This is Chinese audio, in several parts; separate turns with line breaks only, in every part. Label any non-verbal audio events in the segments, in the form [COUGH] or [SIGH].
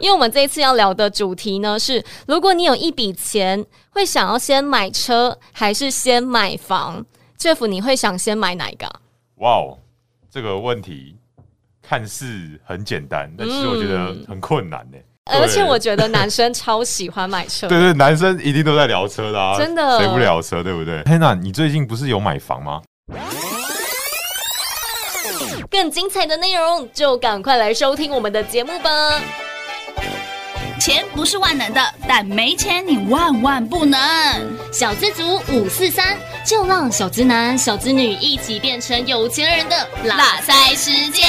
因为我们这一次要聊的主题呢是，如果你有一笔钱，会想要先买车还是先买房？Jeff，你会想先买哪一个啊？
哇哦，这个问题看似很简单，但其实我觉得
嗯
很困难呢、
而且我觉得男生超喜欢买车，
[LAUGHS] 对对，男生一定都在聊车的啊，
真的
谁不聊车，对不对？Hanna，你最近不是有买房吗？
更精彩的内容就赶快来收听我们的节目吧。
钱不是万能的，但没钱你万万不能。
小资族五四三，就让小资男、小资女一起变成有钱人的啦！
拉塞时间，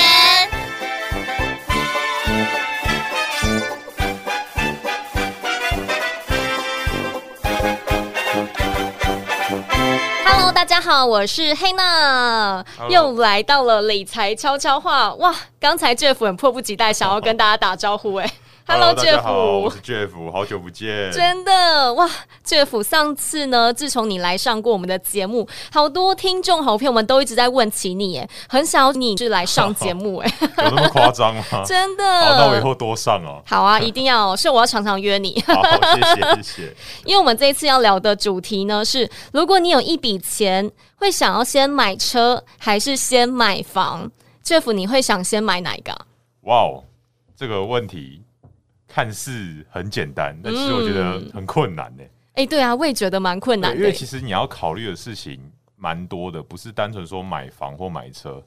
Hello，大家好，我是黑娜
Hello
又来到了理财悄悄话。哇，刚才 Jeff 很迫不及待想要跟大家打招呼哎、
大家好，我
，Hello，Jeff
是。Jeff，好久不见。
真的哇，Jeff，上次呢，自从你来上过我们的节目，好多听众好朋友们都一直在问起你，哎，很想要你是来
[LAUGHS]
上节目，哎，
有那么夸张吗？好，
真的。
那我以后多上哦。
好啊，一定要哦，所以我要常常约你。
好，谢谢 [LAUGHS] 谢谢。
因为我们这一次要聊的主题呢是，如果你有一笔钱，会想要先买车还是先买房？Jeff，你会想先买哪一个啊？
哇哦，这个问题看似很简单，但其实我觉得
嗯
很困难呢、
哎、对啊，我也觉得蛮困难
对因
的
为
欸。
其实你要考虑的事情蛮多的，不是单纯说买房或买车，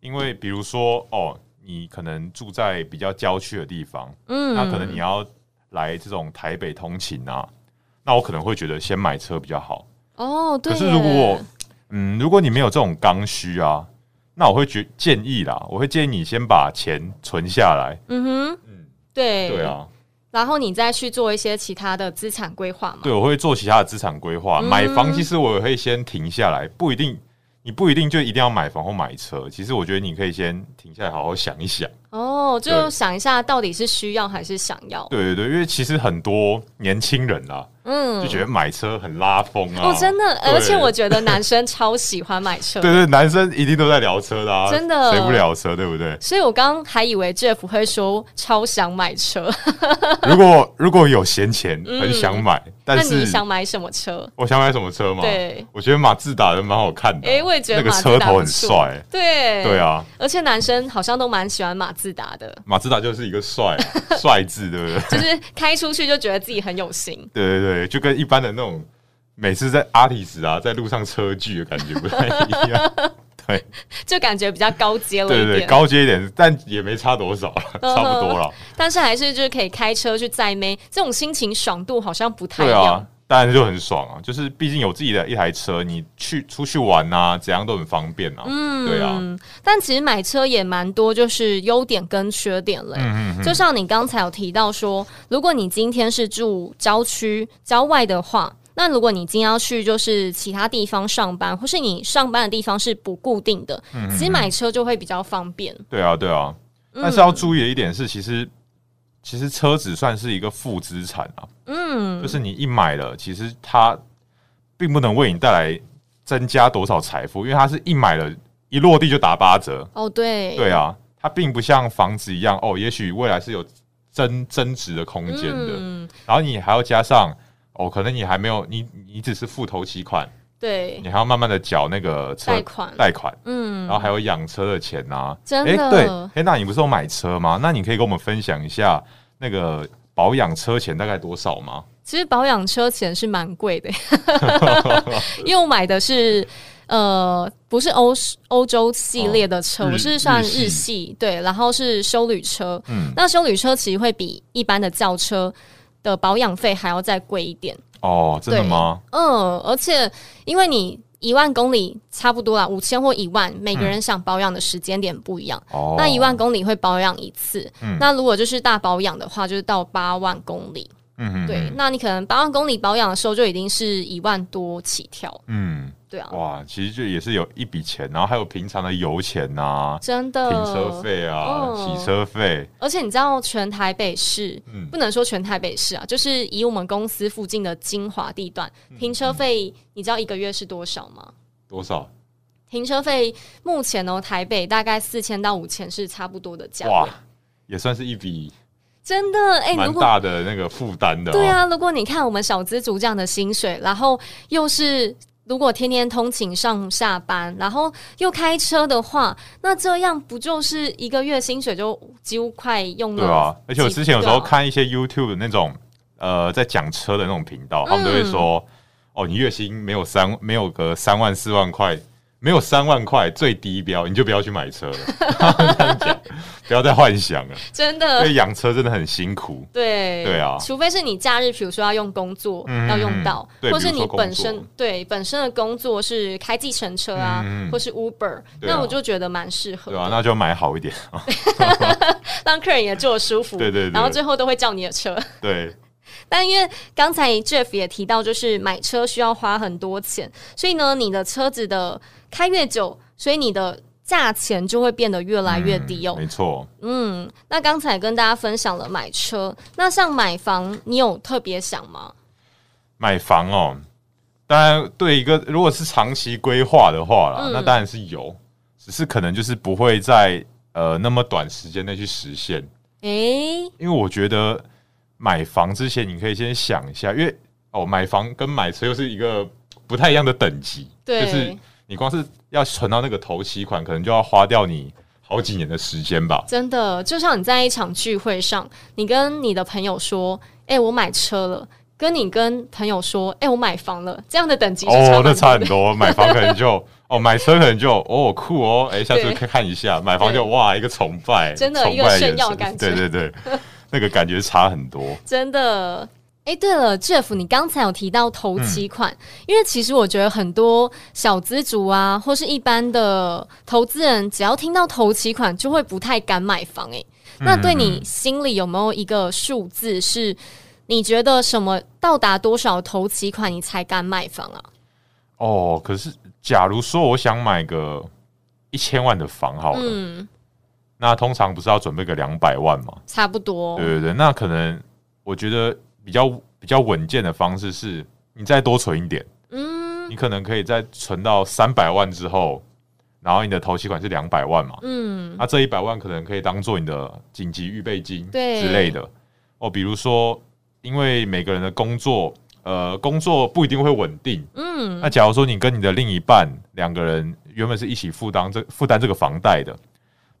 因为比如说哦，你可能住在比较郊区的地方，
嗯
那可能你要来这种台北通勤啊，那我可能会觉得先买车比较好。
哦，对
可
耶。
是如果我嗯，如果你没有这种刚需啊，那我会觉建议啦，我会建议你先把钱存下来。
嗯哼，
嗯，
对
对，啊，
然后你再去做一些其他的资产规划嘛。
对，我会做其他的资产规划。
嗯
买房其实我也会先停下来，不一定，你不一定就一定要买房或买车。其实我觉得你可以先停下来，好好想一想。
哦，就
对
想一下到底是需要还是想要。
对对对，因为其实很多年轻人啊，
嗯
就觉得买车很拉风啊。
哦，真的，
对
而且我觉得男生超喜欢买车。
[LAUGHS] 对对，男生一定都在聊车的啊，
真的？
谁不聊车，对不对
所以我刚刚还以为 Jeff 会说超想买车，
如果如果有闲钱，
嗯
很想买，但
那
是
你想买什么车？
我想买什么车吗？
对，
我觉得马自达的蛮好看的啊。
哎、我也觉得
那个
马
车
自达
头
不
很
错
帅。
对
对，啊，，
而且男生好像都蛮喜欢马自达的
[LAUGHS] 马自达就是一个帅
[LAUGHS]
啊帅字，对不
就
对？
是开出去就觉得自己很有型。
对对对，就跟一般的那种每次在阿提斯啊，在路上车距的感觉不太一
[LAUGHS]
样。对
就感觉比较高阶了一
对
点，
对，高阶一点，但也没差多少，啊
嗯
差不多了。
但是还是就是可以开车去载妹，这种心情爽度好像不太一
对
样
啊。，当然就很爽啊，就是毕竟有自己的一台车，你去出去玩啊，怎样都很方便啊。嗯，对啊，
嗯，但其实买车也蛮多，就是优点跟缺点嘞、
嗯嗯
就像你刚才有提到说，如果你今天是住郊区、郊外的话，那如果你今天要去就是其他地方上班，或是你上班的地方是不固定的，其实买车就会比较方便。
嗯对啊，对啊。
嗯
但是要注意的一点是，其实其实车子算是一个负资产啊，
嗯，
就是你一买了，其实它并不能为你带来增加多少财富，因为它是一买了，一落地就打八折。
哦，对，
对啊，它并不像房子一样，哦，也许未来是有增增值的空间的。
嗯，
然后你还要加上，哦，可能你还没有，你你只是付头期款，
对，
你还要慢慢的缴那个车
贷款
贷款，
嗯
然，后还有养车的钱呐、啊。
真
诶
的
对，哎，那你不是有买车吗？那你可以跟我们分享一下那个保养车钱大概多少吗？
其实保养车钱是蛮贵的， [LAUGHS] 因为我买的是呃不是欧欧洲系列的车，
哦日
我是算
日系
日系对，然后是修旅车。
嗯，
那修旅车其实会比一般的轿车的保养费还要再贵一点，
哦，真的
对
吗？
嗯，而且因为你一万公里差不多啦，五千或一万，每个人想保养的时间点不一样。
哦，
那一万公里会保养一次，
嗯
那如果就是大保养的话，就是到八万公里。
嗯，嗯
对，，那你可能八万公里保养的时候就已经是一万多起跳，
嗯，
对啊，
哇，其实就也是有一笔钱，然后还有平常的油钱呐、
真的。
停车费啊、
哦
洗车费，
而且你知道，全台北市、
嗯
不能说全台北市啊，就是以我们公司附近的精华地段，
嗯
停车费你知道一个月是多少吗？
多少？
停车费目前哦，台北大概四千到五千是差不多的价位
哇，，也算是一笔
真的哎、
蛮
如果
大的那个负担的、哦。
对，啊，如果你看我们小资族这样的薪水，然后又是如果天天通勤上下班，然后又开车的话，那这样不就是一个月薪水就几乎快用了
对
几？
啊，而且我之前有时候
对啊
看一些 YouTube 的那种呃在讲车的那种频道，他们都会说，哦，你月薪没有三没有个三万四万块。没有三万块最低标，你就不要去买车了。他们这样讲，不要再幻想了，
真
因
的
为养车真的很辛苦。
对
对啊
除非是你假日，比如说要用工作、
嗯
要用到，
对
或是
比如
你
说工
本
作
身对本身的工作是开计程车啊，
嗯嗯
或是 Uber，、
对啊
那我就觉得蛮适合
对
的，
啊，那就买好一点。
让客人也坐得舒服，
对对对
然后最后都会叫你的车。
对，
但因为刚才 Jeff 也提到，就是买车需要花很多钱，所以呢，你的车子的开越久，所以你的价钱就会变得越来越低哦
嗯。没错。
嗯那刚才跟大家分享了买车，那像买房，你有特别想吗？
买房哦，当然对一个如果是长期规划的话啦，
嗯
那当然是有，只是可能就是不会在呃那么短时间内去实现，
诶、
因为我觉得买房之前你可以先想一下，因为哦买房跟买车又是一个不太一样的等级，
对
就是你光是要存到那个头期款，可能就要花掉你好几年的时间吧。
真的，就像你在一场聚会上，你跟你的朋友说：“哎、我买车了。”跟你跟朋友说：“哎、我买房了。”这样的等级是差
哦
很，
那
多
差很
的
多。买房可
[LAUGHS]
能就哦，买车可能就哦酷哦，哎、下次
对
看看一下。买房就
对
哇，一个崇拜，
真的
崇
一个
拜眼
炫耀
神
感觉
对对对，那个感觉差很多。
真的。哎、对了，Jeff，你刚才有提到头期款，
嗯
因为其实我觉得很多小资族啊，或是一般的投资人，只要听到头期款，就会不太敢买房、诶，
嗯
哎，那对你心里有没有一个数字是？你觉得什么到达多少头期款你才敢买房啊？
哦，可是假如说我想买个一千万的房好了，
嗯，
那通常不是要准备个两百万嘛？
差不多
对。对对，那可能我觉得比较比较稳健的方式是，你再多存一点，
嗯
你可能可以再存到三百万之后，然后你的头期款是两百万嘛，
嗯，
那这一百万可能可以当做你的紧急预备金
对
之类的哦，比如说，因为每个人的工作，呃，工作不一定会稳定。
嗯，
那假如说你跟你的另一半两个人原本是一起负担这负担这个房贷的，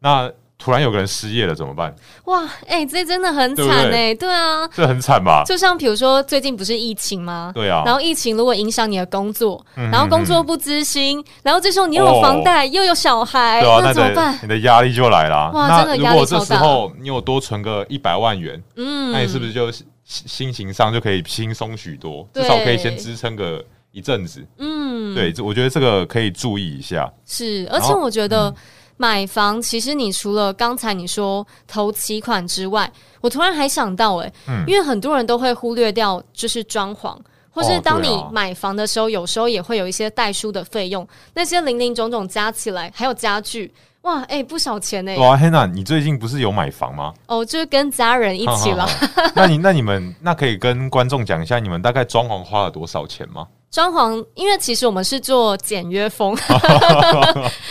那突然有个人失业了怎么办？
哇，哎、这真的很
对
惨
不对
哎、对啊，
这很惨吧？
就像比如说最近不是疫情吗？
对啊，
然后疫情如果影响你的工作，
嗯哦
然后工作不知心，然后这时候你又有房贷、又有小孩，
对啊，
那
那
怎么
你
办
的？你的压力就来啦。
哇真
那
的
如
压力
果这
超
时
大
候你有多存个一百万元，
嗯，
那你是不是就心心情上就可以轻松许多？
对
至少可以先支撑个一阵子。
嗯，
对，这我觉得这个可以注意一下。
是，而且
然后嗯
我觉得买房，其实你除了刚才你说投期款之外，我突然还想到、欸，
嗯
因为很多人都会忽略掉就是装潢。或是
哦
当
对
你
啊
买房的时候，有时候也会有一些代书的费用，那些零零总总加起来，还有家具，哇，哎、不少钱呢、
哇，Hanna，你最近不是有买房吗？ [LAUGHS]
哦，就是跟家人一起啦，
哈。哈哈那你那你们那可以跟观众讲一下，你们大概装潢花了多少钱吗？
装潢，因为其实我们是做简约风，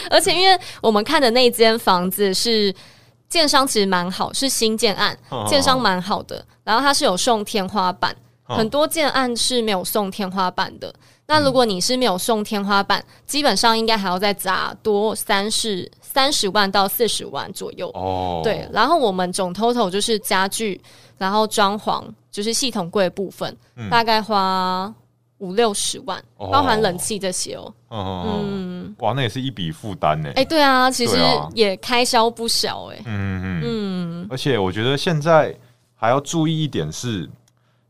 而且因为我们看的那间房子是建商，其实蛮好，是新建案，
哦
建商蛮好的。然后它是有送天花板，
嗯
很多建案是没有送天花板的。那如果你是没有送天花板，基本上应该还要再砸多三十三十万到四十万左右。
哦，
对，，然后我们总 total 就是家具，然后装潢，就是系统柜的部分，
嗯
大概花五六十万，
哦
包含冷气这些哦。
嗯，
嗯，
哇，那也是一笔负担呢。
哎、对啊，其实
哦对啊
也开销不小哎、
嗯嗯嗯，
嗯，
而且我觉得现在还要注意一点是。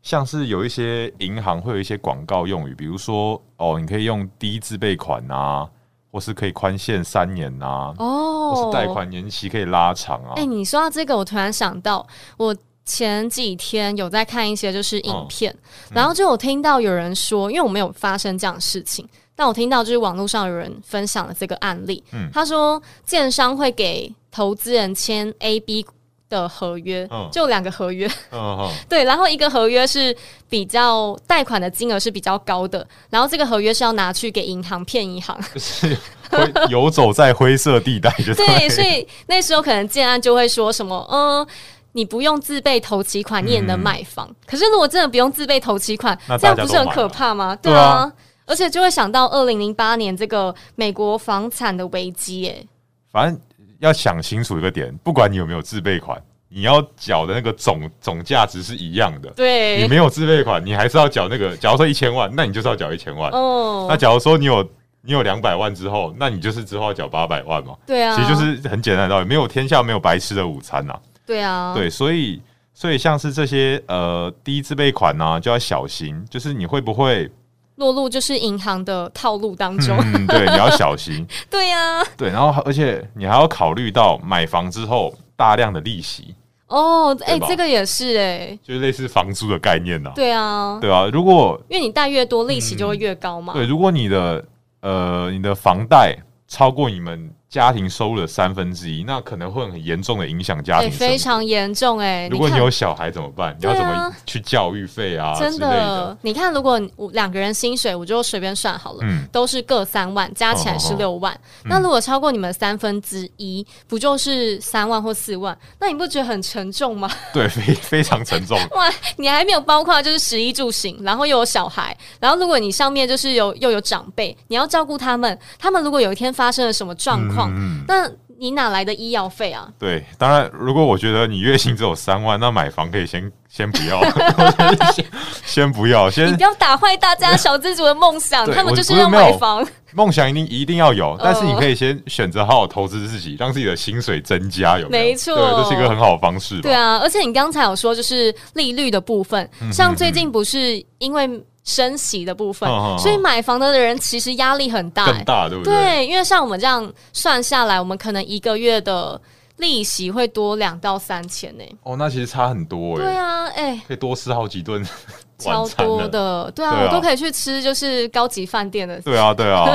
像是有一些银行会有一些广告用语，比如说哦，你可以用低自备款啊，或是可以宽限三年啊，或
哦
是，贷。款年期可以拉长啊。
哎、你说到这个，我突然想到，我前几天有在看一些就是影
哦
片，然
嗯
后就有听到有人说，因为我没有发生这样的事情，但我听到就是网络上有人分享了这个案例，
嗯
他说建商会给投资人签 A、B 的合约，
嗯
就两个合约， [LAUGHS]
嗯哼，
对，然后一个合约是比较贷款的金额是比较高的，然后这个合约是要拿去给银行骗银行。
就是会游走在灰色地带，就
[LAUGHS] 对，所以那时候可能建安就会说什么，嗯。你不用自备头期款，你也能买房。可是如果真的不用自备头期款
嗯那，
这
大
样
家
不是很
都买
可
了
怕吗？
对啊
而且就会想到二零零八年这个美国房产的危机，哎，
反正要想清楚一个点，不管你有没有自备款，你要缴的那个总总价值是一样的。你
对
没，有自备款，你还是要缴那个。假如说一千万，那你就是要缴一千万。
哦
那，假如说你有你有两百万之后，那你就是之后要缴八百万嘛。
对啊，
其实就是很简单的道理，没有天下没有白吃的午餐呐、
对啊，
对，所以所以像是这些呃低自备款呢、就要小心，就是你会不会
落入就是银行的套路当中，
嗯，对，你要小心。
[LAUGHS] 对啊呀、
对，然后而且你还要考虑到买房之后大量的利息，
哦，哎、
对吧
这个也是哎、
就是类似房租的概念呐、
对啊，
对啊，如果
因为你贷越多，利息就会越高嘛，
对，如果你的呃你的房贷超过你们家庭收入的三分之一，那可能会很严重的影响家
哎、
庭生活。
非常严重哎、
如果你
看
有小孩怎么办？你要
对
怎
啊
么去教育费啊
真
之类的？
你看，如果我两个人薪水，我就随便算好了，
嗯
都是各三万，加起来
哦哦
是
哦
六万。那如果超过你们三分之一，不就是三万或四万？那你不觉得很沉重吗？ [LAUGHS]
对，非非常沉重。
哇，你还没有包括就是食衣住行，然后又有小孩，然后如果你上面就是有又有长辈，你要照顾他们，他们如果有一天发生了什么状况，
嗯，
那你哪来的医药费啊？
对，当然，如果我觉得你月薪只有三万，那买房可以先先不
[LAUGHS]
要，我觉得先先不要，
你
先
不要打坏大家小资族的梦想，
嗯对
他们
我
就是
不是
要
没有
买房。
梦想一定一定要
嗯
有，但是你可以先选择好好投资自己，让自己的薪水增加，有有
没错
对，这是一个很好的方式吧。
对啊，而且你刚才有说就是利率的部分，
嗯
像最近不是因为升息的部分，
嗯嗯嗯
所以买房的人其实压力很大、
更
欸。
大，对不对？
对，因为像我们这样算下来，我们可能一个月的利息会多两到三千呢、
哦，那其实差很多哎、
对啊，哎、
可以多吃好几顿 [LAUGHS] 晚
超
餐
多
呢。
的，对啊，
对啊
我都可以去吃就是高级饭店的。
对啊，对啊，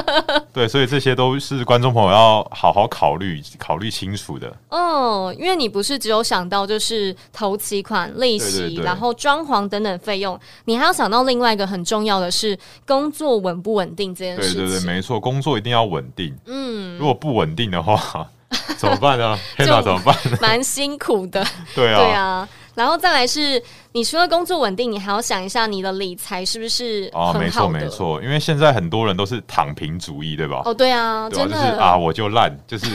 [LAUGHS] 对，所以这些都是观众朋友要好好考虑、考虑清楚的。
嗯，因为你不是只有想到就是投期款、利息，
对对对
然后装潢等等费用，你还要想到另外一个很重要的是工作稳不稳定这件
对
事情。
对对，没错，工作一定要稳定。
嗯，
如果不稳定的话，
[LAUGHS]
怎么办呢？天
就
哪，怎
[LAUGHS]
么办？
蛮辛苦
[LAUGHS]
的，
对
对
啊，
啊。然后再来是，你除了工作稳定，你还要想一下你的理财是不是
哦，没
很
错
好的。
没错，因为现在很多人都是躺平主义，对吧？
哦，对啊，
对吧？
真
就
的
是啊，我就烂，就是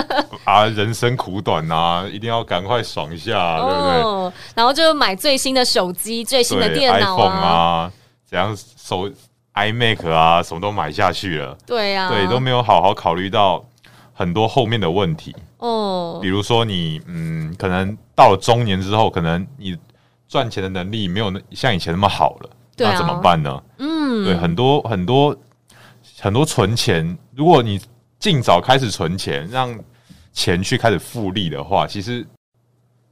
[LAUGHS]
啊，人生苦短啊，一定要赶快爽一下啊，对不对？
哦，然后就买最新的手机、最新的
对
电脑
iPhone 啊，怎样手 iMac 啊，什么都买下去了，
对啊，
对，都没有好好考虑到很多后面的问题，
哦
比，如说你嗯，可能到了中年之后，可能你赚钱的能力没有那像以前那么好了，
对啊
那怎么办呢？
嗯，
对，很多很多很多存钱，如果你尽早开始存钱，让钱去开始复利的话，其实。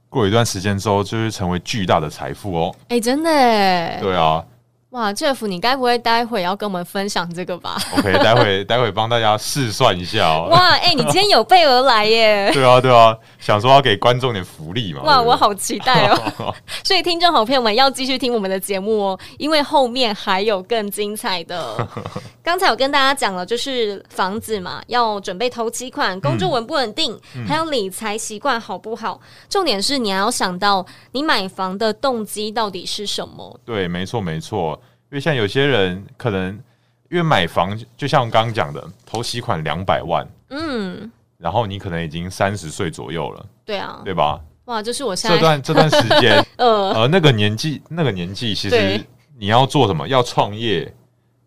过一段时间之后，就会成为巨大的财富哦。
哎、真的哎，[LAUGHS]
对啊，
哇，Jeff，你该不会待会要跟我们分享这
[LAUGHS]
个吧？
OK，待会待会帮大家试算一下哦。
哇，哎、你今天有备而来
[LAUGHS]
耶！
对啊，对啊，想说要给观众点福利嘛。
哇，
对不对
我好期待哦！ [LAUGHS] 所以听众好朋友们要继续听我们的节目哦，因为后面还有更精彩
[LAUGHS]
的。刚才我跟大家讲了，就是房子嘛，要准备投期款，工作稳不稳定，
嗯
还有理财习惯好不好。重点是你还要想到你买房的动机到底是什么。
对，没错没错，因为像有些人可能因为买房，就像我刚刚讲的，投息款两百万，
嗯，
然后你可能已经三十岁左右了，
对啊，
对吧？
哇，就是我现
这
在
段这段时
[LAUGHS]
间，
呃，
呃，那个年纪那个年纪，其实
对
你要做什么？要创业，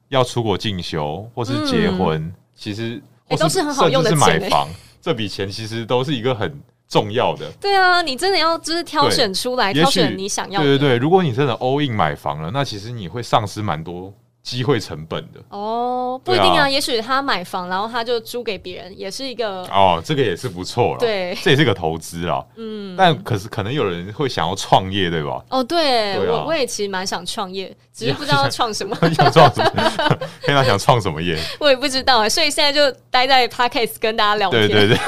要出国进修，或是结
嗯
婚，其实
哎
或
都是很好用的
甚至是
钱哎
买房，这笔钱其实都是一个很重要的。
对啊，你真的要就是挑
对
选出来，
也
挑
许
选你想要的。
对对对，如果你真的 all in 买房了，那其实你会丧失蛮多机会成本的。
哦，不一定啊，
对啊
也许他买房，然后他就租给别人，也是一个、
哦，这个也是不错了，，
对。
这也是个投资啦。嗯，但可是可能有人会想要创业，对吧？ [LAUGHS]
哦，对
对啊
我我也其实蛮想创业，只是不知道要创什么， [LAUGHS]
想创什么？ [LAUGHS] 黑娜想创什么业？
我也不知道啊，所以现在就待在 podcast 跟大家聊天，
对对对，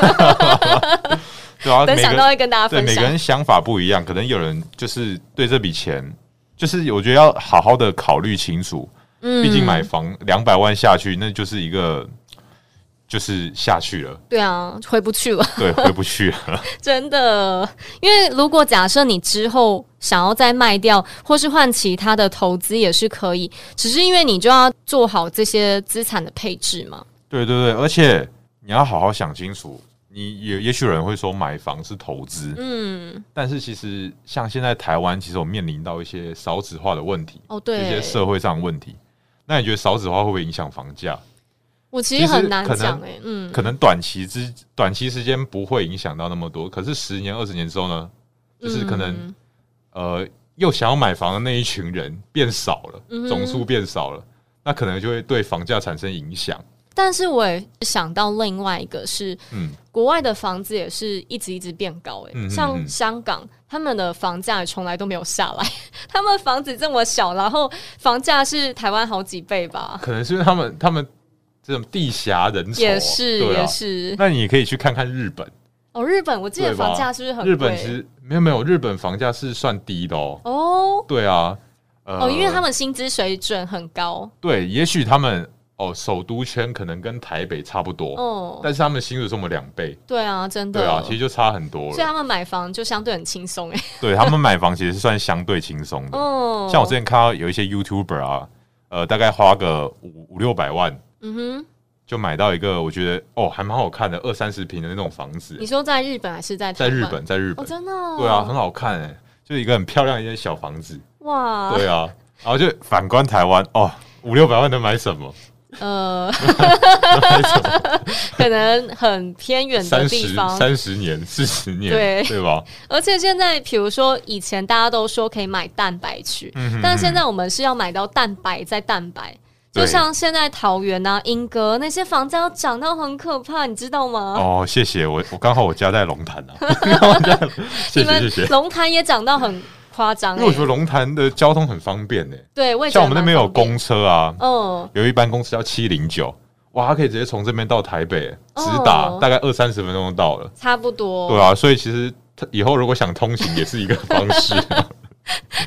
[LAUGHS] 对啊，
等
每
想
个
到会跟大家
对
分
每个
享。
人想法不一样，可能有人就是对这笔钱，就是我觉得要好好的考虑清楚。
嗯
毕竟买房两百万下去，那就是一个就是下去了，
对啊，回不去了，
对，回不去了。
真的。因为如果假设你之后想要再卖掉，或是换其他的投资也是可以，只是因为你就要做好这些资产的配置嘛。
对对对，而且你要好好想清楚。你也也许有人会说买房是投资，
嗯，
但是其实像现在台湾，其实我面临到一些少子化的问题，
哦
一
对
些，呃社会上的问题。那你觉得少子化会不会影响房价？
我其
其
实
实
很难
可能
讲哎、嗯，
可能短期之短期时间不会影响到那么多，可是十年、二十年之后呢，就是可能、
嗯
呃又想要买房的那一群人变少了，
嗯哼
总数变少了，那可能就会对房价产生影响。
但是我也想到另外一个是，
嗯，
国外的房子也是一直一直变高、欸，
嗯嗯嗯
像香港他们的房价也从来都没有下来， [LAUGHS] 他们房子这么小，然后房价是台湾好几倍吧，
可能是因为他们他们这种地狭人稠，
也是、
对啊
也。是。
那你可以去看看日本，
哦，日本我记得
对吧
房价是不是很贵？
日本其实没有没有，日本房价是算低的哦。
哦
对啊，呃
哦，因为他们薪资水准很高
对，也许他们哦首都圈可能跟台北差不多，
哦，
但是他们薪水是我们两倍。
对啊，真的，
对啊，其实就差很多
所以他
了。
们买房就相对很轻松哎、欸
对他们买房其实是算相对轻松的。
哦，
像我之前看到有一些 YouTuber 啊，呃，大概花个五五六百万
嗯哼，
就买到一个我觉得哦还蛮好看的二三十平的那种房子
你，说在日本还是在台
在
湾
日本，在日
哦，
本，
真的、哦、
对啊，很好看哎、就是一个很漂亮的一间小房子，
哇，
对啊，然后就反观台湾哦，五六百万能买什么？
呃，
[LAUGHS]
可能很偏远的
三
地
十
方，
三十年、四十年，
对
吧？
而且现在比如说以前大家都说可以买蛋白区，
嗯哼
但现在我们是要买到蛋白再蛋白。
对
就像现在桃园啊、莺歌那些房价要涨到很可怕，你知道吗？
哦，谢谢我，我刚好我家在龙潭
[LAUGHS]
啊，刚好我家在谢
你
谢
们
谢谢，
龙潭也涨到很夸张、
因
欸，
为我觉得龙潭的交通很方便呢、
对，我也觉
像
得
我们那边有
蛮方便
公车啊，
哦，
有一班公司叫七零九，哇，它可以直接从这边到台北，欸
哦
直达、大概二三十分钟就到了。
差不多。
对啊，所以其实它以后如果想通勤也是一个方
[LAUGHS]
式。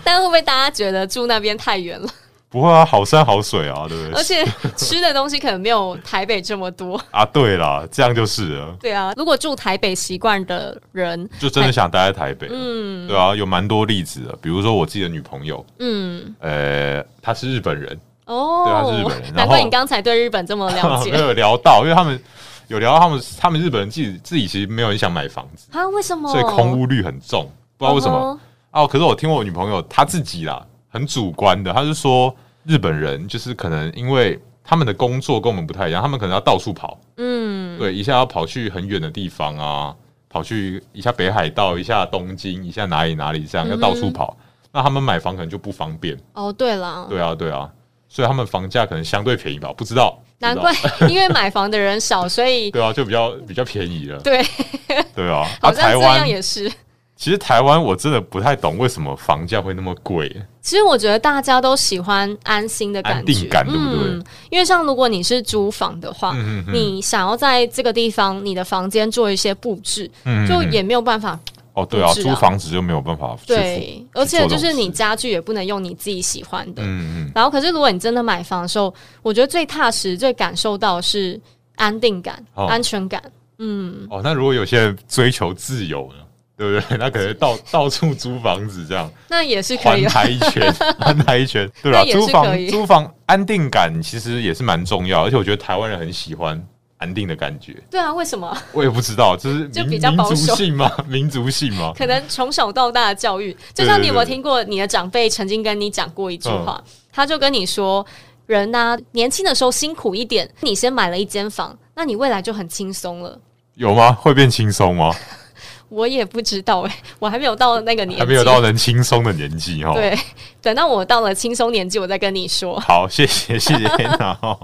但会不会大家觉得住那边太远了？
不会啊，好山好水啊，对不
而
对？
且
[LAUGHS]
吃的东西可能没有台北这么多。 [LAUGHS]
啊，对啦，这样就是了，
对啊，如果住台北习惯的人，
就真的想待在台北。
哎嗯
对啊，有蛮多例子的，比如说我自己的女朋友，
嗯，
呃，她是日本人，对啊是日
哦
本人然，后
难怪你刚才对日本这么了
[LAUGHS] 没
解
有聊到，因为他们有聊到他们，他们日本人自己自己其实没有很想买房子，
啊？为什么？
所以空屋率很重，不知道为什么。
嗯哼？
哦，可是我听我女朋友她自己啦，很主观的，她是说日本人就是可能因为他们的工作跟我们不太一样，他们可能要到处跑，
嗯，
对，一下要跑去很远的地方啊，跑去一下北海道，一下东京，一下哪里哪里，这
嗯
样要到处跑。那他们买房可能就不方便，
哦，对啦，
对啊，对啊，所以他们房价可能相对便宜吧，不知道，不知道
难怪 [LAUGHS] 因为买房的人少，所以
对啊，就比较比较便宜了，
对，
[LAUGHS] 对
[LAUGHS]
啊。啊，
好像
台
这
湾
样也是。
其实台湾我真的不太懂为什么房价会那么贵，
其实我觉得大家都喜欢安心的感觉，
安定感对不对
嗯，因为像如果你是租房的话，
嗯嗯嗯
你想要在这个地方你的房间做一些布置，
嗯
就也没有办法。
哦，对啊，
不知道
租房子就没有办法去付
对，而且就是你
去做这种事
家具也不能用你自己喜欢的。
嗯嗯，
然后，可是如果你真的买房的时候，我觉得最踏实、最感受到的是安定感、
哦
安全感。
哦，那如果有些人追求自由呢，对不对？那可能到 [LAUGHS] 到处租房子这样
那也是可
环
以的。
台一
[LAUGHS]
圈，环台一圈，对吧？
那也是
租房
可以
租房安定感其实也是蛮重要，而且我觉得台湾人很喜欢安定的感觉。
对啊，为什么？
我也不知道，这是
就
民
比较
民
保
族
守
性吗？ [LAUGHS] 民族性吗？
可能从小到大的教育，就
对
像
对
你有没有
对嗯
听过你的长辈曾经跟你讲过一句话，他就跟你说：“人呐、年轻的时候辛苦一点，你先买了一间房，那你未来就很轻松了。
有吗？会变轻松吗？”
我也不知道哎、我还没有到那个年纪，
还没有到能轻松的年纪哦。
对，等到我到了轻松年纪，我再跟你说。
好，谢谢谢谢 Hannah
[LAUGHS]
哦。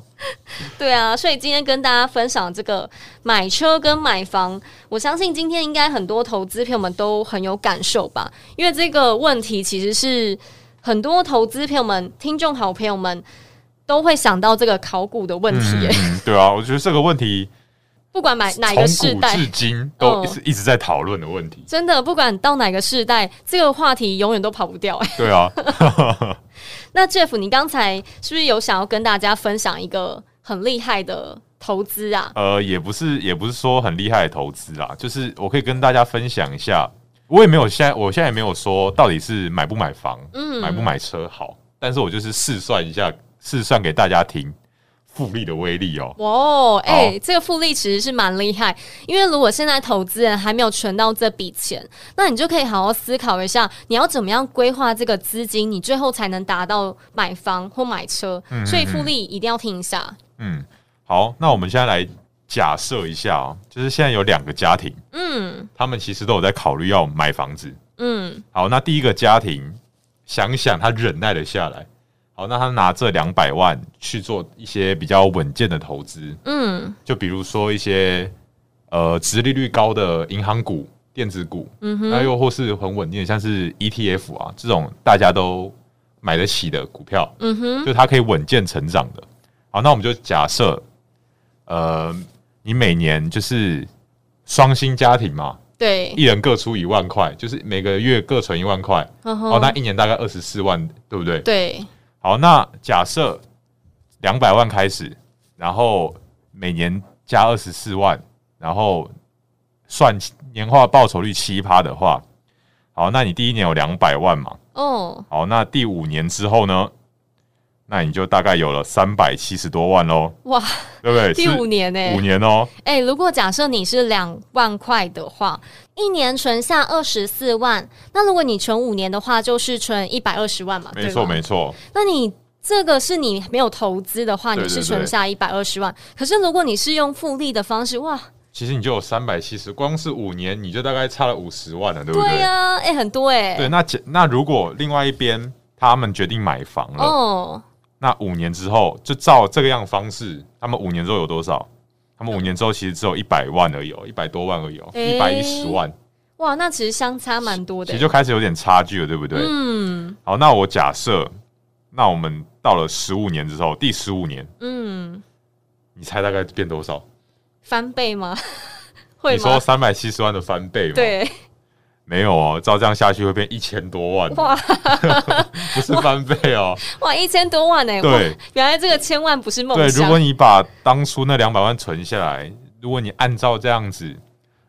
对啊，所以今天跟大家分享这个买车跟买房，我相信今天应该很多投资朋友们都很有感受吧，因为这个问题其实是很多投资朋友们、听众好朋友们都会想到这个考古的问题耶、
嗯，对啊，我觉得这个问题
[LAUGHS] 不管买哪
从
个世
古
代。
至今都
嗯
是一直在讨论的问题。
真的，不管到哪个世代，这个话题永远都跑不掉。哎，
对啊，
那 Jeff，你刚才是不是有想要跟大家分享一个很厉害的投资啊？
呃，也不是也不是说很厉害的投资啦，就是我可以跟大家分享一下，我也没有现在我现在也没有说到底是买不买房，
嗯
买不买车好，但是我就是试算一下，试算给大家听复利的威力哦。
哇哦，哎、这个复利其实是蛮厉害，因为如果现在投资人还没有存到这笔钱，那你就可以好好思考一下，你要怎么样规划这个资金，你最后才能达到买房或买车。所以复利一定要听一下。
嗯，好，那我们现在来假设一下哦，就是现在有两个家庭，
嗯
他们其实都有在考虑要买房子。
嗯，
好，那第一个家庭，想想他忍耐了下来。好，那他拿这两百万去做一些比较稳健的投资，
嗯
就比如说一些呃，殖利率高的银行股、电子股，
嗯哼
那又或是很稳定的，像是 ETF 啊这种大家都买得起的股票，
嗯哼，
就它可以稳健成长的。好，那我们就假设，呃，你每年就是双薪家庭嘛，
对，
一人各出一万块，就是每个月各存一万块，
嗯
哦，那
哼，
一年大概二十四万，对不对？
对，
好，那假设两百万开始，然后每年加二十四万，然后算年化报酬率七趴的话，好，那你第一年有两百万嘛？
哦，
好，那第五年之后呢？那你就大概有了三百七十多万喽，
哇，
对不对？
第
是
五年呢、
五年哦，
哎、如果假设你是两万块的话，一年存下二十四万，那如果你存五年的话，就是存一百二十万嘛，
没
对
错
吧
没错，
那你这个是你没有投资的话，
对
你
对
是存
对
下一百二十万。可是如果你是用复利的方式，哇，
其实你就有三百七十，光是五年你就大概差了五十万了，对不
对呀、啊，哎、很多哎、
对，那假那如果另外一边他们决定买房了，
哦，
那五年之后就照这个样方式，他们五年之后有多少？他们五年之后其实只有一百万而已、哦，一百多万而已、哦，
诶
一百一十万，
哇，那其实相差蛮多
其
的、
实就开始有点差距了，对不对？
嗯
好，那我假设，那我们到了十五年之后，第十五年，
嗯，
你猜大概变多少？
翻倍吗？ [LAUGHS] 会
你说
吗？
三百七十万的翻倍吗？，
对，
没有哦，照这样下去会变一千多万，哦
哇
不是翻倍哦。
哇，一千多万哎、哇
对，
原来这个千万不是梦
对，如
想
果。你把当初那两百万存下来，如果你按照这样子，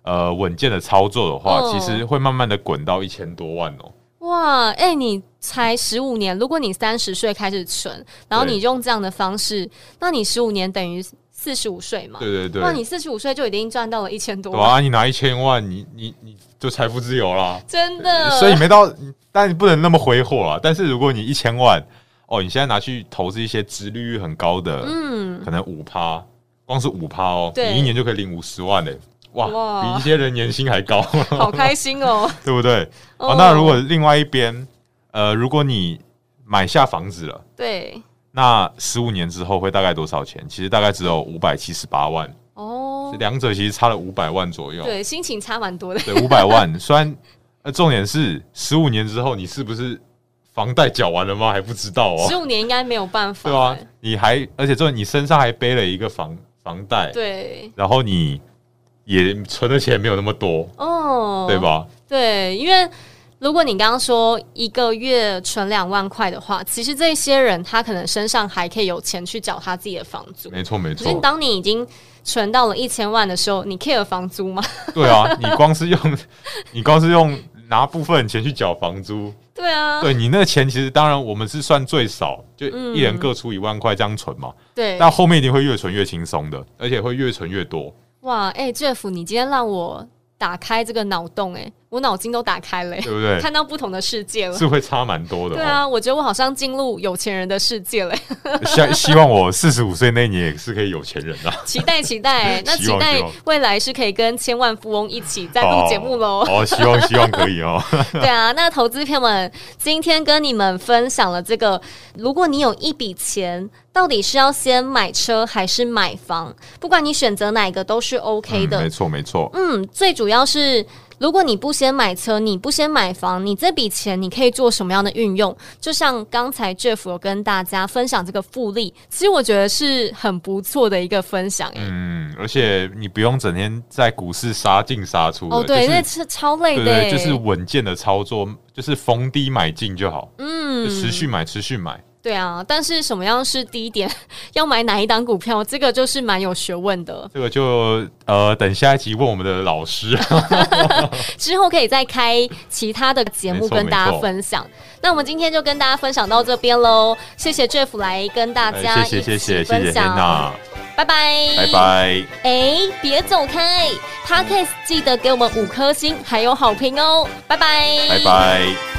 呃，稳健的操作的话，
哦
其实会慢慢的滚到一千多万哦。
哇，哎、你才十五年，如果你三十岁开始存，然后
对
你用这样的方式，那你十五年等于四十五岁嘛？
对对对，
哇，你四十五岁就已经赚到了一千多
对
万，
啊，你拿一千万，你你你就财富自由啦。
真的。
所以没到，但你不能那么挥霍啦。但是如果你一千万，哦，你现在拿去投资一些殖利率很高的，
嗯，
可能五趴，光是五趴哦，
对
你一年就可以领五十万嘞、欸哇，
哇
比一些人年薪还高， [LAUGHS]
好开心哦。
对不对？
哦
哦，那如果另外一边，呃，如果你买下房子了，
对
那十五年之后会大概多少钱？其实大概只有五百七十八万，
哦，
两者其实差了五百万左右。
对，心情差蛮多的。
对，五百万。虽然，呃，重点是十五年之后你是不是房贷缴完了吗？还不知道
十
哦，
五年应该没有办法、
对啊
哎，
你还，而且重点你身上还背了一个房房贷，
对
然后你也存的钱没有那么多，
哦，
对？吧？
对，因为如果你刚刚说一个月存两万块的话，其实这些人他可能身上还可以有钱去缴他自己的房租。
没错，没
可是
错。
当你已经存到了一千万的时候，你 care 房租吗？
对啊，你光是用你光是用拿部分钱去缴房租，
对啊，
对你那个钱其实当然我们是算最少，就
嗯
一人各出一万块这样存嘛。
对
但后面一定会越存越轻松的，而且会越存越多。
哇，哎、j e f f 你今天让我打开这个脑洞、哎，我脑筋都打开了、哎
对不对
看到不同的世界了。
是会差蛮多的、
对
哦。
啊，我觉得我好像进入有钱人的世界
[LAUGHS]
了，哎
希希望我四十五岁那年也是可以有钱人啊。
期待期待、哎那
希
期
望
待
希望
未来是可以跟千万富翁一起在录节目喽。
哦，希望希望可以哦。
[LAUGHS] 对啊，那投资朋友们，今天跟你们分享了这个，如果你有一笔钱，到底是要先买车还是买房？不管你选择哪一个都是 OK 的
没。错没错，
嗯最主要是。如果你不先买车，你不先买房，你这笔钱你可以做什么样的运用？就像刚才 Jeff 有跟大家分享这个复利，其实我觉得是很不错的一个分享、欸。
嗯，而且你不用整天在股市杀进杀出的，
哦，对，
就
那
是
是超累
对
的、欸，
对，就是稳健的操作，就是逢低买进就好，
嗯
就持续买持续买。
对啊，但是什么样是低点，要买哪一档股票，这个就是蛮有学问的。
这个就呃，等下一集问我们的老师。
之后可以再开其他的节目
没错
跟大
没
家
错
分享。那我们今天就跟大家分享到这边喽，谢谢 Jeff 来跟大家
哎
一
谢谢谢
起
谢谢
分
谢
享，
Hannah，
拜拜，
拜。拜。
哎，别走开 p o d c a s 记得给我们五颗星还有好评哦，拜拜，
拜拜。